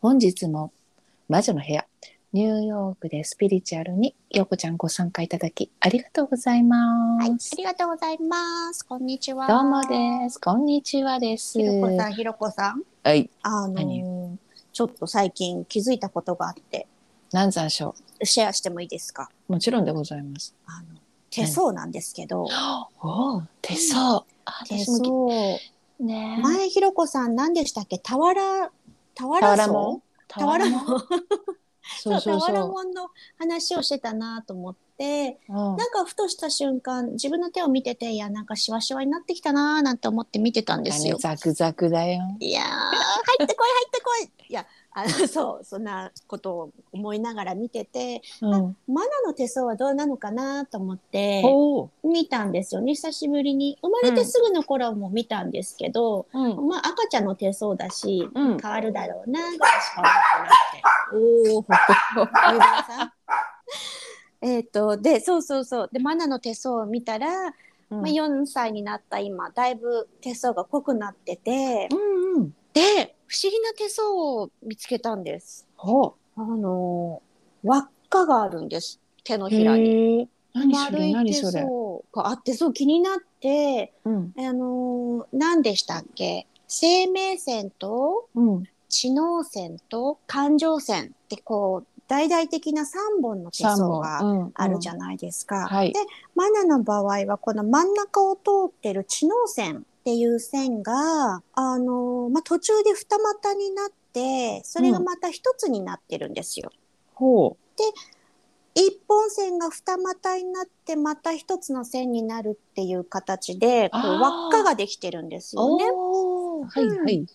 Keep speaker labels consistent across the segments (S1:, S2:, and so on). S1: 本日も魔女の部屋ニューヨークでスピリチュアルにようこちゃんご参加いただきありがとうございま
S2: はい、
S1: す
S2: あ、りがとうございます。こんにちは。
S1: どうもですこんにちはです
S2: ひろこさん、ひろこさん。
S1: はい
S2: あのーちょっと最近気づいたことがあって、
S1: 南山賞
S2: シェアしてもいいですか
S1: もちろんでござい ます
S2: あの、手相なんですけど、
S1: おお手相
S2: 手
S1: 私
S2: 相
S1: も、ね
S2: 前ひろこさん何でしたっけ俵、俵
S1: 俵
S2: 相
S1: も
S2: タワラモン
S1: そう
S2: そ、
S1: そうう
S2: 俵
S1: そ
S2: もんの話をしてたなと思って、
S1: う、うん
S2: なんかふとした瞬間、自分の手を見てて、いや、なんかシワシワになってきたなーなんて思って見てたんですよ
S1: 何。ザクザクだよ
S2: いやー入ってこい入ってこいいやあの そうそんなことを思いながら見てて
S1: うん
S2: マナの手相はどうなのかなと思って
S1: おお
S2: 見たんですよね久しぶりに生まれてすぐの頃も見たんですけど、
S1: うん
S2: まあ赤ちゃんの手相だし
S1: うん
S2: 変わるだろうなぐらいしか思ってなくておおごめんなさい えっとでそうそうそうでマナの手相を見たら、まあ、4歳になった今だいぶ手相が濃くなってて。
S1: うんうん
S2: で不思議な手相を見つけたんです。
S1: ほ
S2: あのー輪っかがあるんです手の
S1: う
S2: ひら
S1: へ
S2: に。
S1: え何そ
S2: 丸
S1: れ
S2: い
S1: 何
S2: 手
S1: そ
S2: 相
S1: れ
S2: があってそう気になって
S1: うん
S2: あのー何でしたっけ生命線と
S1: うん
S2: 知能線と感情線ってこう大々的な3本の手相があるじゃ
S1: ん、
S2: ないですか。
S1: はい
S2: でマナの場合はこの真ん中を通ってる知能線っていう線が、あのーまあ、途中で二股になってそれがまた一つになってるんですよ。
S1: ほ
S2: 一本線が二股になってまた一つの線になるっていう形でこう
S1: あー
S2: 輪っかができてるんです
S1: う
S2: よね。
S1: おーはいはい、
S2: で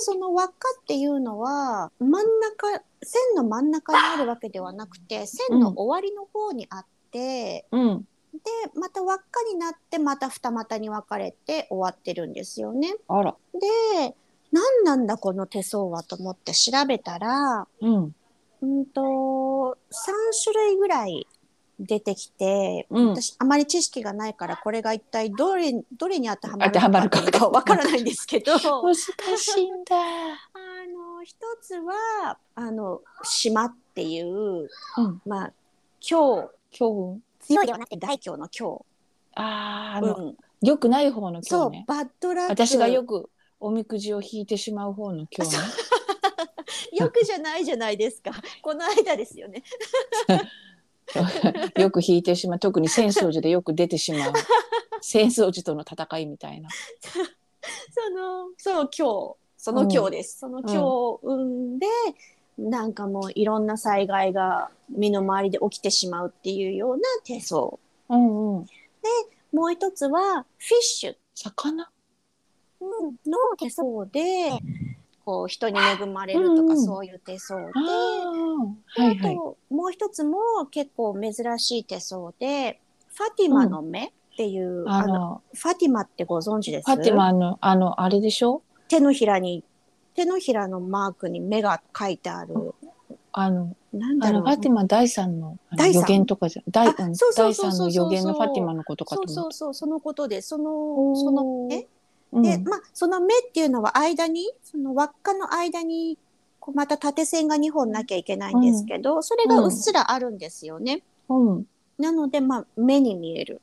S2: その輪っかっていうのは真ん中線の真ん中にあるわけではなくて線の終わりの方にあって。
S1: うん、
S2: でまた輪っかになってまた二股に分かれて終わってるんですよね。
S1: あら
S2: で何なんだこの手相はと思って調べたら
S1: うん
S2: うんと3種類ぐらい出てきて、
S1: うん
S2: 私あまり知識がないからこれが一体どれどれに当てはま
S1: 当てはまる
S2: る
S1: か
S2: かか分からないんです けどあ
S1: 難しいんだ、
S2: の一つはあの島っていう
S1: うん、
S2: まあ強
S1: 今日
S2: 強いではなくて大強の強、
S1: あーあ
S2: う
S1: の、
S2: ん、
S1: よくない方の今
S2: そ
S1: 日
S2: う
S1: ね
S2: バッドラック
S1: 私がよくおみくじを引いてしまう方の今日ね
S2: よくじゃないじゃないですか。 この間ですよね。
S1: よく引いてしまう特に浅草寺でよく出てし まう浅草寺との戦いみたいな
S2: その、そう、今日、その今日です。その今日、うんで、なんかもういろんな災害が身の回りで起きてしまうっていうような手相。
S1: うんうん
S2: もう一つは、フィッシュ
S1: 魚
S2: の手相で、こう、人に恵まれると
S1: う
S2: か、
S1: ん
S2: そういう手相で、
S1: ああはいは
S2: あ
S1: い
S2: ともう一つも結構珍しい手相で、ファティマの目っていう、
S1: あ
S2: あの、
S1: の
S2: ファティマってご存知です
S1: ファティマのあのあれでしょ
S2: 手のひらに手のひらのマークに目が書いてある、
S1: あの
S2: なん
S1: あ
S2: だろ
S1: の
S2: う
S1: ファティマ第三のあの
S2: 第三
S1: 予言とかじゃ第
S2: あ
S1: うん
S2: そうそう
S1: 第
S2: そう
S1: 三
S2: そ
S1: の
S2: う
S1: 予言のファティマのことか
S2: そ
S1: と
S2: う
S1: 思
S2: そううそうそのことでそ
S1: お
S2: の
S1: ー
S2: そのね
S1: うん
S2: で、まあその目っていうのは間にその輪っかの間にこうまた縦線が2本なきゃいけないんですけど、それがうっすらあるんですよね。
S1: うん
S2: なのでまあ目に見える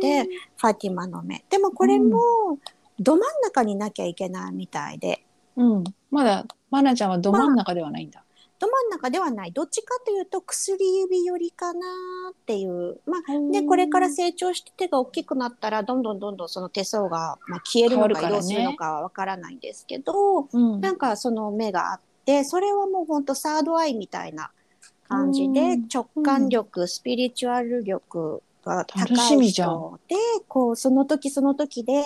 S2: でファティマの目。でもこれもど真ん中になきゃいけないみたいで。
S1: うんまだマナちゃんはど真ん中ではないんだ
S2: ど真ん中ではないどっちかというと薬指よりかなっていう、まあ、
S1: う
S2: で
S1: ん
S2: これから成長して手が大きくなったらどんどんどんどんその手相が、まあ、消える
S1: 変
S2: の
S1: わるか
S2: から
S1: ね
S2: どうするのかはわからないんですけど、
S1: うん
S2: なんかその目があってそれはもうほんとサードアイみたいな感じ
S1: う
S2: で
S1: ん
S2: 直感力、スピリチュアル力が高
S1: 楽し
S2: い
S1: みじゃん
S2: 人でこうその時その時で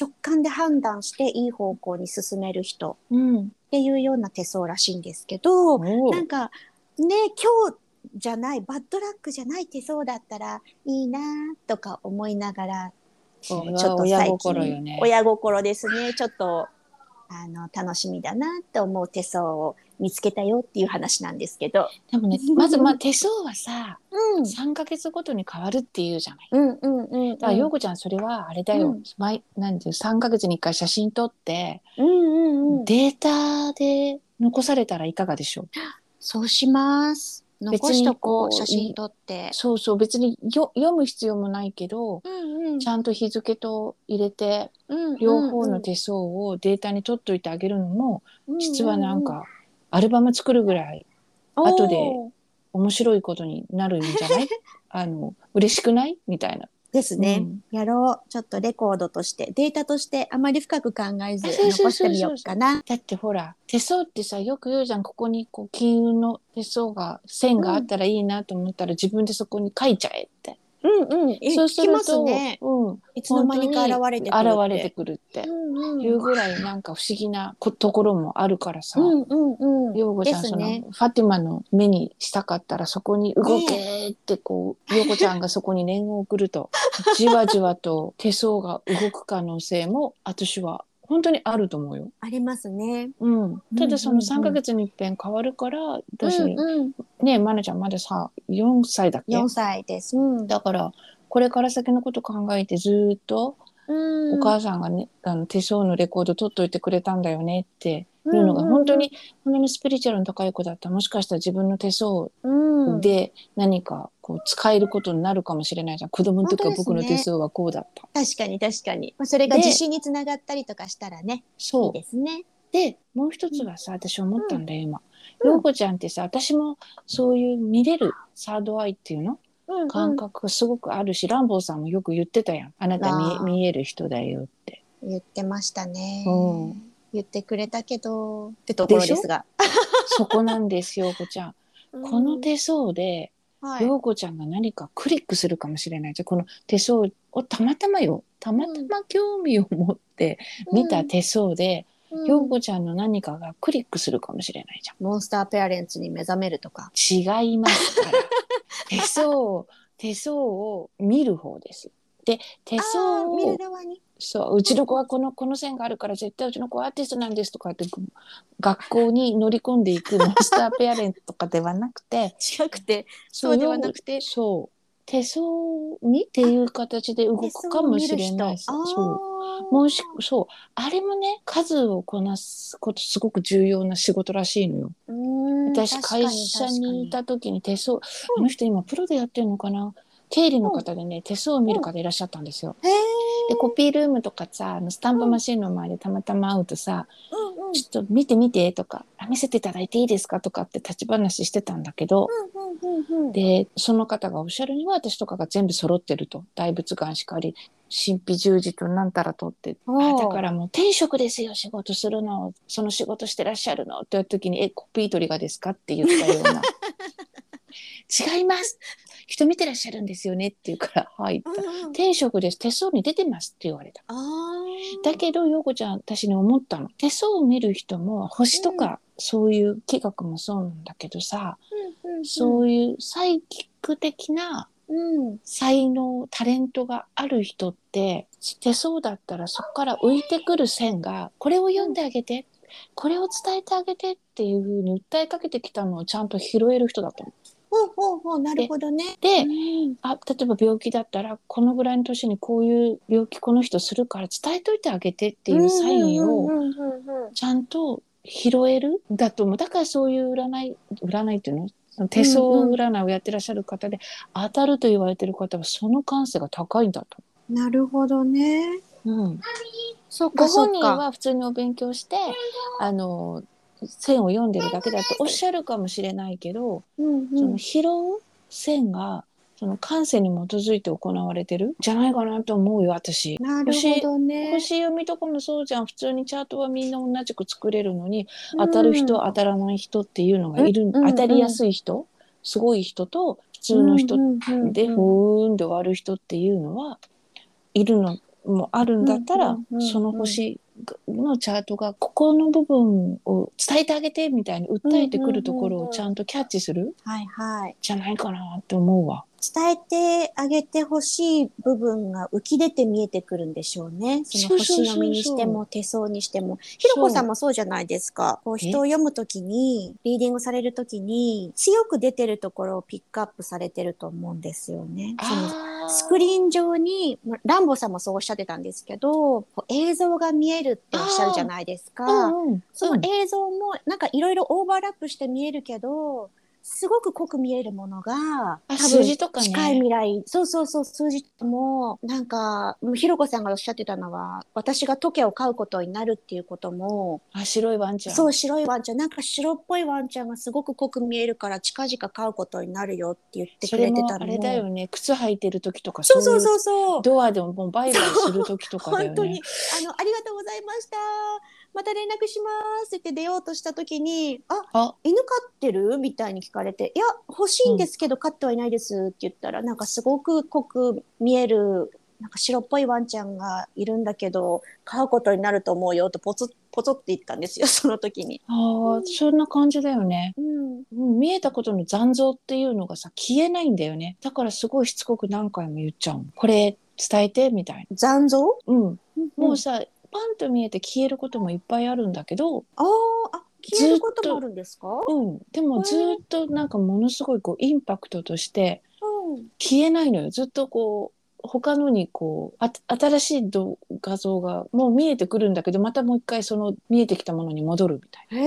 S2: 直感で判断していい方向に進める人
S1: うん
S2: っていうような手相らしいんですけど。
S1: お
S2: なんかね今日じゃないバッドラックじゃない手相だったらいいなとか思いながらこう
S1: ちょっと親心よね
S2: 親心ですねちょっとあの楽しみだなと思う手相を見つけたよっていう話なんですけど、
S1: でもねまずまあ手相はさ
S2: うん、
S1: 三ヶ月ごとに変わるっていうじゃない。
S2: うんうんうんうん
S1: だから陽子ちゃんそれはあれだよ、
S2: うん
S1: 毎なんていう3ヶ月に1回写真撮って、
S2: うんうんうん
S1: データで残されたらいかがでしょう
S2: そうします。残しとこう、
S1: 別にこう
S2: 写真撮って。
S1: そうそう別によ読む必要もないけど
S2: うんうん
S1: ちゃんと日付と入れて
S2: うん
S1: 両方の手相をデータに取っといてあげるのも実はなん、かアルバム作るぐらい
S2: うんうんうん
S1: 後で
S2: おー
S1: 面白いことになるんじゃ ないあの嬉しくないみたいな。
S2: ですね、
S1: うん
S2: やろう。ちょっとレコードとして、データとして、あまり深く考えず、
S1: あそうそう
S2: 残
S1: そうそう
S2: してみようかな。
S1: だってほら手相ってさよく言うじゃんここにこう金運の手相が線があったらいいなと思ったら、自分でそこに書いちゃえって。
S2: うんうん。
S1: そうす
S2: 聞き
S1: る
S2: ます
S1: と、
S2: ね。
S1: うん、
S2: いつの間にか現れてくるって。
S1: 現れてくるって
S2: うんうん
S1: いうぐらいなんか不思議なこところもあるからさ。
S2: うんうんうん。
S1: ようこちゃん、
S2: です
S1: その
S2: ね。
S1: ファティマの目にしたかったらそこに動けってこう、ようこちゃんがそこに念を送る とじわじわと手相が動く可能性も私は本当にあると思うよ。
S2: ありますね。
S1: うん、ただその
S2: うん
S1: 3
S2: うんう
S1: ヶ
S2: ん
S1: 月に一遍変わるから私、
S2: うんうん、
S1: ねえまなちゃんまださ4歳だっけ
S2: 4歳です。うん
S1: だからこれから先のこと考えてずーっと
S2: うん
S1: お母さんがね、あの手相のレコード取っといてくれたんだよねっていうのが本当に、こんなにスピリチュアルの高い子だったらもしかしたら自分の手相を
S2: うん、
S1: で何かこう使えることになるかもしれないじゃん子供の時は
S2: 本当です
S1: 僕
S2: ね
S1: の手相はこうだった。
S2: 確かに確かに、まあ、それが
S1: で
S2: 自信につながったりとかしたらねい
S1: そ
S2: いうですね。
S1: でもう一つはさ私思ったんだよ今。
S2: うん
S1: ようこちゃんってさ私もそういう見れるサードアイっていうの
S2: うんうん
S1: 感覚がすごくあるし、ランボーさんもよく言ってたやんあなた見え
S2: あー
S1: 見える人だよって。
S2: 言ってましたね、
S1: うん
S2: 言ってくれたけどってところですが
S1: そこなんです ようこちゃん。この、手相で
S2: うんはい
S1: 陽子ちゃんが何かクリックするかもしれないじゃあこの手相をたまたまよたまたま興味を持って見た手相で、
S2: うん
S1: 陽子ちゃんの何かがクリックするかもしれないじ
S2: モンスターペアレンツに目覚めると
S1: ゃ
S2: か
S1: ん違いますから手相 を手相を見る方です。で手相
S2: あー見る
S1: を
S2: 側に
S1: そううちの子はこのこの線があるから絶対うちの子はアーティストなんですとかって学校に乗り込んでいくモンスターペアレントとかではなくて
S2: 違くてそうではなくて
S1: そう手相にっていう形で動くかもしれない
S2: 手相を見る人
S1: そう
S2: あー
S1: もしそうあれもね数をこなすことすごく重要な仕事らしいのよ。
S2: うん
S1: 私
S2: 確かに
S1: 会社にい
S2: 確
S1: た時に手相あの人今プロでやってるのかな経理の方でね手相を見る方いらっしゃったんですよ。
S2: かにへ
S1: でコピールームとかさあのスタンプマシンの前でたまたま会うとさ
S2: ーうんうん
S1: 「ちょっと見て見て」とかあ「見せていただいていいですか?」とかって立ち話してたんだけど、
S2: うんうんうんうん
S1: でその方がおっしゃるには私とかが全部揃ってると大仏願しかり神秘十字となんたらとって
S2: おー
S1: あだからもう天職ですよ仕事するのその仕事してらっしゃるのって言った時に「えコピー取りがですか?」って言ったよう な「違います人見てらっしゃるんですよね」って言うから「はい」って言ったら
S2: うんうん
S1: 天職です手相に出てます」って言われた。
S2: あー
S1: だけど陽子ちゃん私に思ったの手相を見る人も星とかそういう企画もそうなんだけどさ、
S2: うんうんうん
S1: そういうサイキック的な
S2: うん
S1: 才能タレントがある人って手相だったらそこから浮いてくる線がこれを読んであげて、これを伝えてあげてっていうふうに訴えかけてきたのをちゃんと拾える人だと思う。
S2: ほうほうほうなるほどね。
S1: で、
S2: うん
S1: あ例えば病気だったらこのぐらいの年にこういう病気この人するから伝えといてあげてっていうサインを
S2: うんうんうんうんうん
S1: ちゃんと拾えるだと思うだからそういう占い占いっていうのその手相占いをやってらっしゃる方で、当たると言われてる方はその感性が高いんだと。
S2: なるほどね。
S1: うん、
S2: そっ
S1: ご
S2: かそ
S1: 本
S2: っ
S1: 人
S2: か。
S1: は普通にお勉強してあの線を読んでるだけだとおっしゃるかもしれないけど、
S2: うん
S1: そうの
S2: ん。
S1: 拾う線がその感性に基づいて行われてるんじゃないかなと思うよ私。
S2: なるほどね。
S1: 星読みとかもそうじゃん普通にチャートはみんな同じく作れるのに当たる人、
S2: うん
S1: 当たらない人っていうのがいる、
S2: うんうん
S1: 当たりやすい人すごい人と普通の人
S2: うんうんうん
S1: で、
S2: うん
S1: ふーんで終わる人っていうのはいるのもあるんだったら、
S2: うんうんうんうん
S1: その星のチャートがここの部分を伝えてあげてみたいに訴えてくるところをちゃんとキャッチするん
S2: はいはい。
S1: じゃないかなって思うわ。
S2: 伝えてあげてほしい部分が浮き出て見えてくるんでしょうね。そ
S1: そ
S2: の
S1: うそうそうそう
S2: 星読みにしても手相にしても。ひろこさんもそうじゃないですか。こう人を読むときに、リーディングされるときに、強く出てるところをピックアップされてると思うんですよね。その
S1: あ
S2: スクリーン上にまランボさんもそうおっしゃってたんですけどこう映像が見えるっておっしゃるじゃないですか、
S1: うんうん、
S2: その映像もなんかいろいろオーバーラップして見えるけどすごく濃く見えるものが多分
S1: 数字とかね
S2: 近い未来そうそうそう数字もなんかもうひろこさんがおっしゃってたのは私が時計を飼うことになるっていうことも
S1: あ白いワンちゃん
S2: そう白いワンちゃんなんか白っぽいワンちゃんがすごく濃く見えるから近々飼うことになるよって言って
S1: そ
S2: く
S1: れ
S2: れて
S1: も
S2: た
S1: あ
S2: の
S1: れだよね靴履いてる時とか
S2: そうそう
S1: う
S2: そ
S1: いう
S2: そう
S1: ドアでももうバイバイする時とかだよね
S2: 本当にあの「ありがとうございましたまた連絡します」って出ようとした時に「あ
S1: あ
S2: 犬飼ってる?」みたいに聞かれて「いや欲しいんですけど飼ってはいないです」って言ったら、なんかすごく濃く見えるなんか白っぽいワンちゃんがいるんだけど飼うことになると思うよとポツポツって言ったんですよ その時に。
S1: ああそんな感じだよね
S2: うん、
S1: うん見えたことの残像っていうのがさ消えないんだよねだからすごいしつこく何回も言っちゃうのこれ伝えてみたい
S2: 残像
S1: なうんも
S2: もう
S1: うさ、パンと見えて消えることもいっぱいあるんだけど、
S2: あーあ消えることもあるんですか、
S1: うん、でもずっとなんかものすごいこうインパクトとして
S2: うん、
S1: 消えないのよずっとこう他のにこうあ新しい動画像がもう見えてくるんだけどまたもう一回その見えてきたものに戻るみたい
S2: へ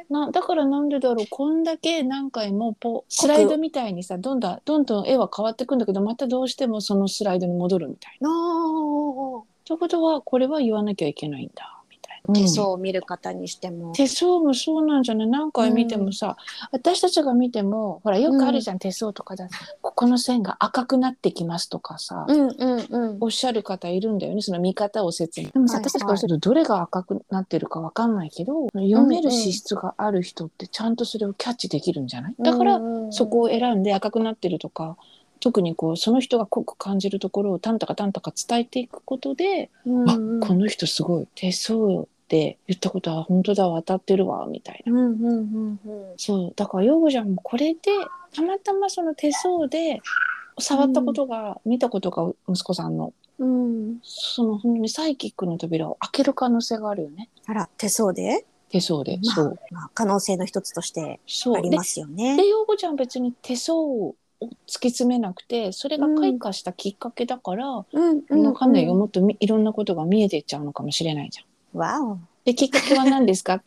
S2: え
S1: ななだからなんでだろうこんだけ何回もポスライドみたいにさどんだどんどん絵は変わってくんだけどまたどうしてもそのスライドに戻るみたいな。
S2: なあ
S1: ということはこれは言わなきゃいけないんだみたいな。
S2: 手相を見る方にしても。
S1: 手相もそうなんじゃない何回見てもさ、私たちが見てもほらよくあるじゃん、手相とかだとここの線が赤くなってきますとかさ、
S2: うんうんうん。
S1: おっしゃる方いるんだよねその見方を説明でもさ、
S2: はいはい
S1: 私たちからするとどれが赤くなってるかわかんないけど読める資質がある人ってちゃんとそれをキャッチできるんじゃないだから、
S2: うんうん
S1: そこを選んで赤くなってるとか特にこうその人が濃く感じるところをたんたかたんたか伝えていくことで
S2: うん
S1: あ
S2: うん
S1: この人すごい手相って言ったことは本当だわ当たってるわみたいな
S2: うんうんうんうん
S1: そうだからヨ子ちゃんもこれでたまたまその手相で触ったことが、見たことが息子さんの
S2: うん。
S1: その本当にサイキックの扉を開ける可能性があるよね
S2: あら手相で、
S1: 手相で、
S2: まあ
S1: そう
S2: まあ、可能性の一つとして
S1: そ
S2: あ
S1: う
S2: り
S1: で
S2: ますよね。
S1: でヨ子ちゃん別に手相を突き詰めなくてそれが開花したきっかけだから、
S2: うん
S1: わかんないよもっとみいろんなことが見えていっちゃうのかもしれないじゃん。
S2: わお。
S1: できっかけは何です か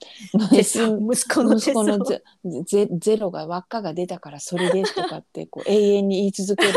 S2: 息子
S1: 息子のゼゼゼロが輪っかが出たからそれですとかってこう永遠に言い続ける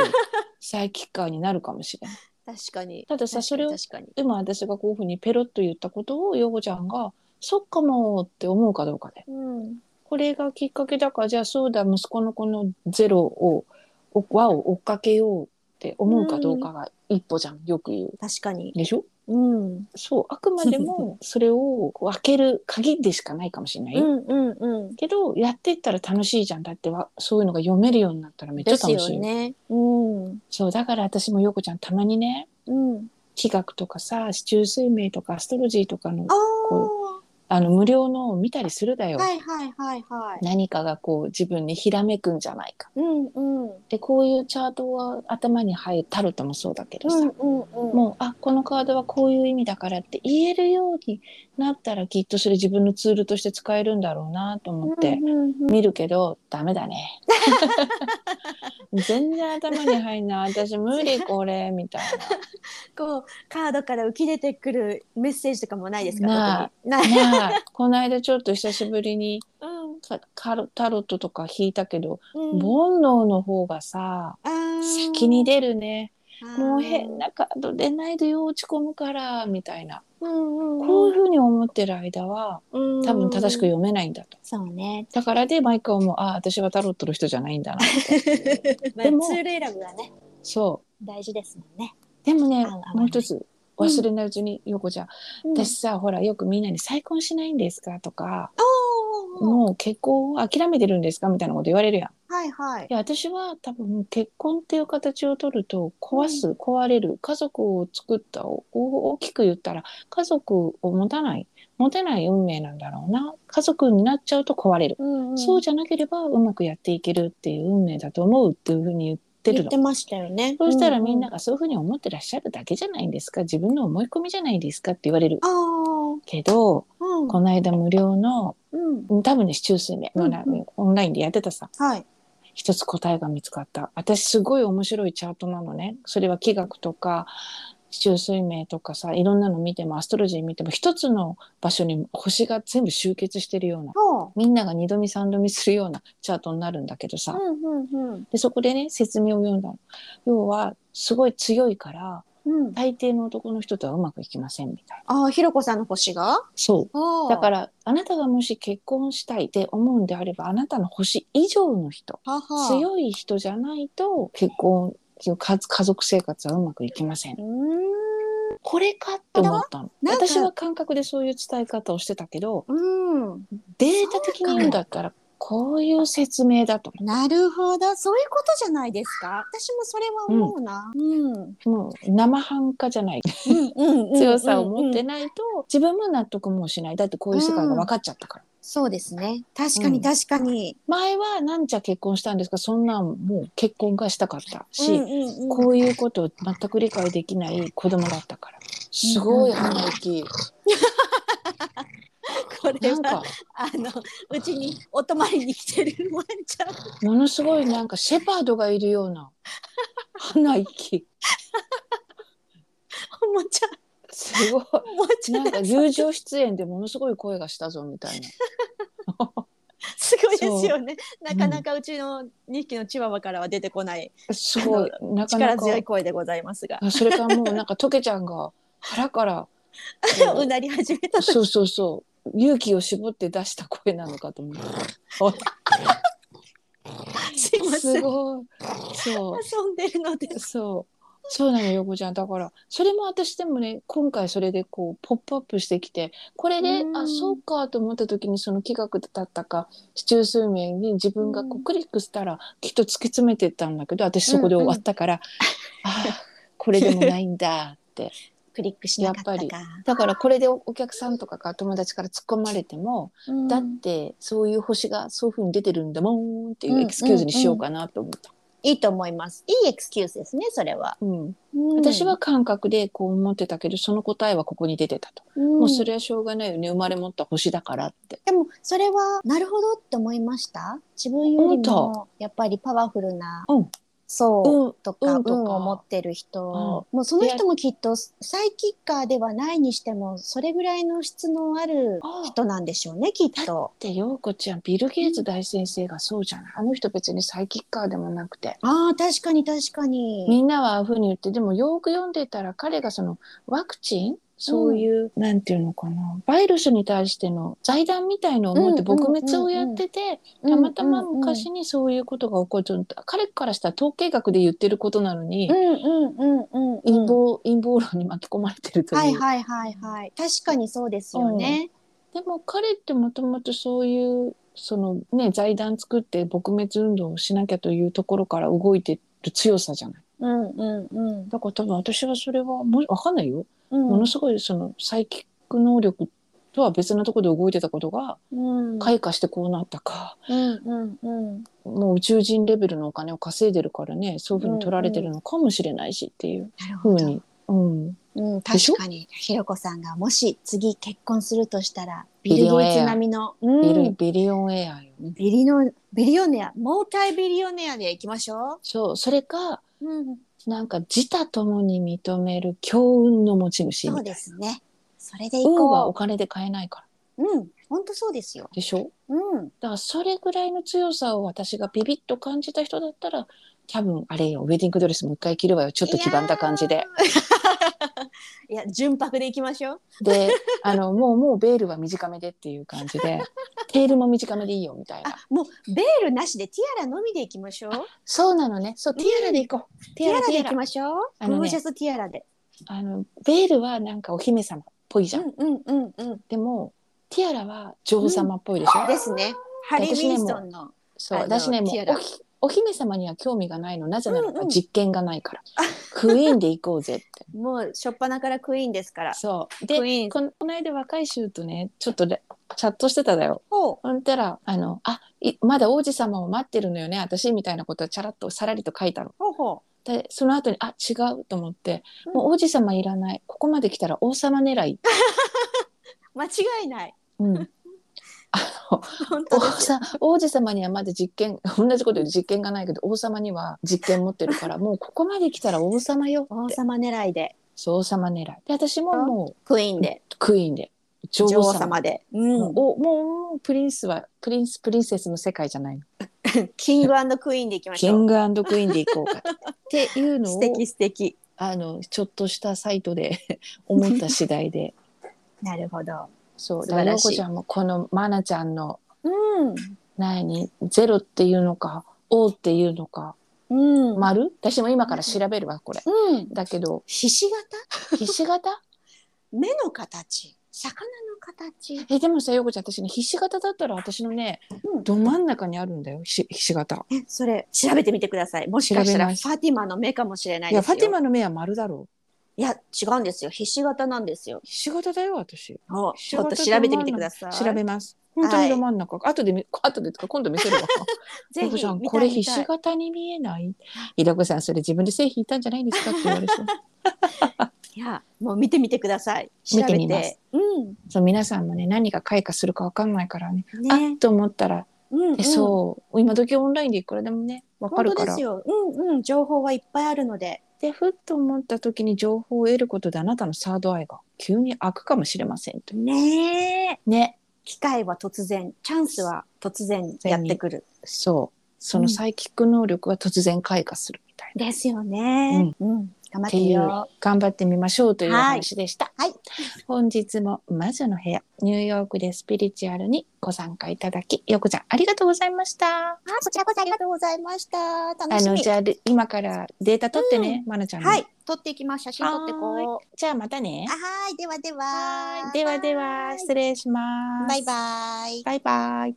S1: サイキッカーになるかもしれない。
S2: 確かに。
S1: たださそれを
S2: 確かに。
S1: 今私がこういうふうにペロッと言ったことをヨゴちゃんが「そっかも」って思うかどうかで
S2: うん。
S1: これがきっかけだからじゃあそうだ息子のこのゼロをお輪を追っかけようって思うかどうかが一歩じゃんよく言う。
S2: 確かに。
S1: でしょ
S2: うん。うん
S1: そうあくまでもそれをこう開ける鍵でしかないかもしれないよ。
S2: うんうん。
S1: けどやってったら楽しいじゃんだってはそういうのが読めるようになったらめっちゃ
S2: で
S1: 楽
S2: す
S1: しい
S2: よね。うん。
S1: そうだから私もよこちゃんたまにね
S2: うん。
S1: 気学とかさ四柱推命とかアストロジーとかの
S2: あ
S1: あ
S2: あ。
S1: の無料のを見たりするだよ、
S2: はいはいはいはい。
S1: 何かがこう自分にひらめくんじゃないか
S2: うんうん。うん
S1: でこういうチャートは頭に入るタロットもそうだけどさ、
S2: うんうん。
S1: もうあこのカードはこういう意味だからって言えるようになったらきっとそれ自分のツールとして使えるんだろうなと思って、
S2: うんうんうん
S1: 見るけどダメ だね全然頭に入んない私無理これみたい
S2: こうカードから浮き出てくるメッセージとかもないですか
S1: な
S2: 特にない。
S1: なまあこの間ちょっと久しぶりに
S2: うん
S1: かカロタロットとか引いたけど、
S2: うん
S1: 煩悩の方がさ
S2: あー
S1: 先に出るね
S2: あー
S1: もう変なカード出ないでよ落ち込むからみたいな
S2: うんうんうん
S1: こういうふうに思ってる間は多分正しく
S2: うん
S1: 読めないんだと。
S2: そうね
S1: だからで毎回思うあ私はタロットの人じゃないんだな
S2: で
S1: も
S2: もツール選ぶがね
S1: そう
S2: 大事ですもんね
S1: でもね
S2: 合う合わない
S1: もう一つ忘れないうちに、ヨコちゃん
S2: です
S1: 私さ、ほらよくみんなに「再婚しないんですか?」とか、
S2: おー
S1: もう結婚を諦めてるんですか?」みたいなこと言われるやん。
S2: はいは
S1: い
S2: い
S1: や私は多分結婚っていう形を取ると壊す、壊れる家族を作ったお大きく言ったら家族を持たない持てない運命なんだろうな家族になっちゃうと壊れる、そう
S2: じ
S1: じゃなければうまくやっていけるっていう運命だと思うっていうふうに言ってる
S2: 言
S1: の
S2: って。ましたよね
S1: そうしたらみんながそういうふうに思ってらっしゃるだけじゃないんですか自分の思い込みじゃないですかって言われる
S2: あー
S1: けど
S2: うん
S1: この間無料の
S2: うん
S1: 多分ね市中水面、
S2: うん
S1: まあなオンラインでやってたさ
S2: はい
S1: 一つ答えが見つかった私すごい面白いチャートなのねそれは気学とか地中水明とかさいろんなの見てもアストロジー見ても一つの場所に星が全部集結してるような
S2: ほ
S1: みんなが二度見三度見するようなチャートになるんだけどさ、
S2: う。うんうん
S1: でそこでね説明を読んだの要はすごい強いから
S2: うん。うん。
S1: 大抵の男の人とはうまくいきませんみたいな
S2: ああ、ひろこさんの星が。。
S1: そうだかららあなたがもし結婚したいって思うんであればあなたの星以上の人
S2: はは。
S1: 強い人じゃないと結婚家家族生活はうまくいきません
S2: うーん。
S1: これかって思ったの
S2: なんか
S1: 私は感覚でそういう伝え方をしてたけど
S2: うん。
S1: データ的に言うんだったらこういう説明だと
S2: なるほど。そういうことじゃないですか。私もそれは思うな。うん。うん。
S1: もう生半可じゃない
S2: うん。うん
S1: 強さを持って
S2: うん
S1: ないと自分も納得もしないだってこういう世界が分かっちゃったから、
S2: そうですね。確かに、確かに。
S1: 前はなんちゃ結婚したんですがそんなんもう結婚がしたかったし、
S2: うんうんうん
S1: こういうことを全く理解できない子供だったからすごい鼻息、
S2: これ
S1: なんか
S2: はあのうちにお泊まりに来てるワンちゃん
S1: ものすごいなんかシェパードがいるような鼻息
S2: おもちゃ
S1: すごい
S2: おもちゃ
S1: なんか友情出演でものすごい声がしたぞみたいな。
S2: すごいですよね。なかなかうちの2匹のチワワからは出てこない
S1: すごいなかな
S2: 力
S1: か
S2: 強い声でございますが、
S1: あそれからもうなんかトケちゃんが腹からうん
S2: うなり始めたと
S1: そうそうそう勇気を絞って出した声なのかと思った。
S2: すいませ
S1: す
S2: ん。
S1: ごい。そ
S2: 遊んでるので
S1: うそう。そうなのよこちゃんだからそれも私でもね今回それでこうポップアップしてきてこれで
S2: うん
S1: あそうかと思った時にその企画だったか市中数名に自分がこ
S2: う
S1: うんクリックしたらきっと突き詰めてったんだけど私そこで終わったから、ああこれでもないんだ って
S2: クリックしなかったか。
S1: やっだからこれでおお客さんとかから友達から突っ込まれても、
S2: うん
S1: だってそういう星がそういう風に出てるんだもんっていう
S2: うん
S1: エクスキューズにしようかなと思った、
S2: いいと思います。いいエクスキューズですね。それは。
S1: うん
S2: うん
S1: 私は、感覚でこう思ってたけどその答えはここに出てたと、
S2: うん
S1: もうそれはしょうがないよね生まれ持った星だからって
S2: でもそれはなるほどって思いました。自分よりもやっぱりパワフルな
S1: うん
S2: 層
S1: うん
S2: とか
S1: 運とか
S2: 運を持ってる人、もうその人もきっとサイキッカーではないにしてもそれぐらいの質のある人なんでしょうねきっと。
S1: で陽子ちゃんビル・ゲイツ大先生がそうじゃない、あの人別にサイキッカーでもなくて
S2: ああ確かに確かに。
S1: みんなはああいうふうに言ってでもよく読んでたら彼がそのワクチンそういう、なんていうのかなバイルスに対しての財団みたいのを持って撲滅をやってて、たまたま昔にそういうことが起こると、彼からしたら統計学で言ってることなのに、
S2: うんうんうんうんうん
S1: 陰謀陰謀論に巻き込まれてるという、
S2: はいはいはいはい確かにそうですよね。
S1: でも彼ってもともとそういうその、ね、財団作って撲滅運動をしなきゃというところから動いてる強さじゃない
S2: うんうんうん
S1: だから多分私はそれはもうわかんないよ、
S2: うん。
S1: ものすごいそのサイキック能力とは別なところで動いてたことが
S2: うん
S1: 開花してこうなったか、
S2: うんうんうん。
S1: もう宇宙人レベルのお金を稼いでるからねそういうふうに取られてるのかもしれないしっていう
S2: なる
S1: ふ
S2: ほ
S1: う
S2: ど。
S1: に、うん、
S2: うん、
S1: でしょ
S2: 確かにひろこさんがもし次結婚するとしたらビ
S1: ビ
S2: ル・
S1: リ
S2: ゲ
S1: オネア
S2: イツ並みの、
S1: ビリ
S2: うん、
S1: ビリオンエアよね。
S2: ビリのビリオネアモータイビリオネアでいきましょ
S1: そうそれか
S2: う、うん、
S1: なんか自他ともに認める強運の持ち主み
S2: そ
S1: た
S2: う
S1: いな
S2: ですねそれでい
S1: 運はお
S2: こ
S1: 金で買えないから
S2: ううん本当そうですよ、
S1: でしょ
S2: うん、
S1: だからそれぐらいの強さを私がビビッと感じた人だったら多分あれよウェディングドレスもう一回着るわよちょっと黄ばんだ感じで
S2: いや純白でいきましょう
S1: であのもうもうベールは短めでっていう感じ でテールも短めでいいよみたいな
S2: あもうベールなしでティアラのみでいきましょう
S1: そうなのねそうティアラでいこう、テ
S2: テ
S1: ィ
S2: ィ
S1: ア
S2: ア
S1: ラ
S2: ラで
S1: ティ
S2: い
S1: ア
S2: き
S1: ラ
S2: ましょう
S1: あ
S2: ゴ
S1: のね
S2: ージャスティアラで、
S1: あのベールはなんかお姫様っぽいじ
S2: う
S1: ゃん、
S2: んうんうんうん
S1: でもティアラは女王様っぽいでしょ、
S2: ですねハリー・ウ
S1: 私ね
S2: ィンストンの
S1: そう
S2: あの
S1: 私ねもう
S2: ティアラ
S1: おひお姫様には興味がないのなぜなら
S2: うんう
S1: ば
S2: ん
S1: 実験がないから、クイーンで行こうぜって
S2: もう初っ端からクイーンですから
S1: そう
S2: クイ
S1: で
S2: ーン
S1: このこの間若い衆とねちょっとねチャットしてただよ
S2: ほ
S1: ほんたら「あのあいまだ王子様を待ってるのよね私」みたいなことをチャラッとさらりと書いたの。
S2: うほうほう
S1: でその後に「あ違う」と思って「
S2: うん
S1: もう王子様いらないここまで来たら王様狙い」
S2: 間違いない。
S1: うん、
S2: 本当
S1: 王
S2: です
S1: さ王子様にはまだ実験同じこと言う実験がないけど王様には実験持ってるからもうここまで来たら王様よ
S2: 王
S1: って
S2: 様狙いで
S1: そう王様狙いで私もも
S2: クイーンで
S1: うクイーンで女
S2: 女
S1: 王
S2: 王
S1: 様
S2: 様で、うん
S1: おもうプリンスはプリンスプリンセスの世界じゃないの
S2: キングクイーンでいきまし
S1: キ
S2: ょう
S1: ングクイーンで行こうか とっていうの
S2: 素
S1: を
S2: 敵素敵
S1: あのちょっとしたサイトで 思った次第で
S2: なるほど
S1: そう
S2: 素
S1: だか
S2: 晴
S1: ら
S2: ら
S1: 陽
S2: しい
S1: 子ちゃんもこのマナちゃんの
S2: うん
S1: 何ゼロっていうのか王っていうのか
S2: うん
S1: 丸私も今から調べるわこれ。
S2: うん
S1: だけど
S2: ひし形
S1: ひし形
S2: 目の形魚の形
S1: えでもさ陽子ちゃん私ねひし形だったら私のね、
S2: うん
S1: ど真ん中にあるんだよひしひし形
S2: えそれ調べてみてくださいもしかした
S1: 調べ
S2: ら
S1: ま
S2: フ
S1: す
S2: ァティマの目かもしれな
S1: い
S2: いで
S1: や
S2: す
S1: フ
S2: よ
S1: ァティマの目は丸だろう
S2: いや違うんですよひし形なんですよ
S1: ひし形だよ私
S2: お
S1: ひし
S2: ちょっと
S1: 形
S2: 調べてみてください
S1: 調べます本当にど真ん中、後で見後でとか今度見せるわ
S2: ぜ
S1: 陽子
S2: ひ
S1: ちゃん
S2: 見
S1: こ
S2: た
S1: れ
S2: い
S1: ひ
S2: 見た
S1: し
S2: い
S1: 形に見えないひろこさんそれ自分で線引いたんじゃないんですかって言われ そう
S2: いやもう見てみてください調べ
S1: 見
S2: て
S1: てみます
S2: うん
S1: そう皆さんもね何が開花するかわかんないからねあ
S2: ね
S1: っと思ったら、
S2: うんうん
S1: えそう今時オンラインでいくらでもねわか
S2: 本
S1: る
S2: 当
S1: か
S2: で
S1: ら
S2: すようんうん情報はいっぱいあるので
S1: でふっと思った時に情報を得ることであなたのサードアイが急に開くかもしれませんという
S2: ねえ
S1: ね
S2: 機会は突然チャンスは突然やってくる
S1: そうそうの
S2: ん
S1: サイキック能力は突然開花するみたいな、
S2: ですよね、うん頑張っ
S1: っててい
S2: よ
S1: う頑張ってみましょうというお
S2: はい
S1: 話でした、
S2: はい
S1: 本日も魔女の部屋ニューヨークでスピリチュアルにご参加いただきよこちゃんありがとうございました
S2: あこちらこそありがとうございました
S1: あ
S2: 楽し
S1: の
S2: み
S1: じゃあ今からデータ取ってね、まなちゃんの
S2: はい撮っていきます写真撮ってこう
S1: じゃあまたね
S2: あはいではでは
S1: はいではでは失礼します
S2: バイバイ
S1: バイバイ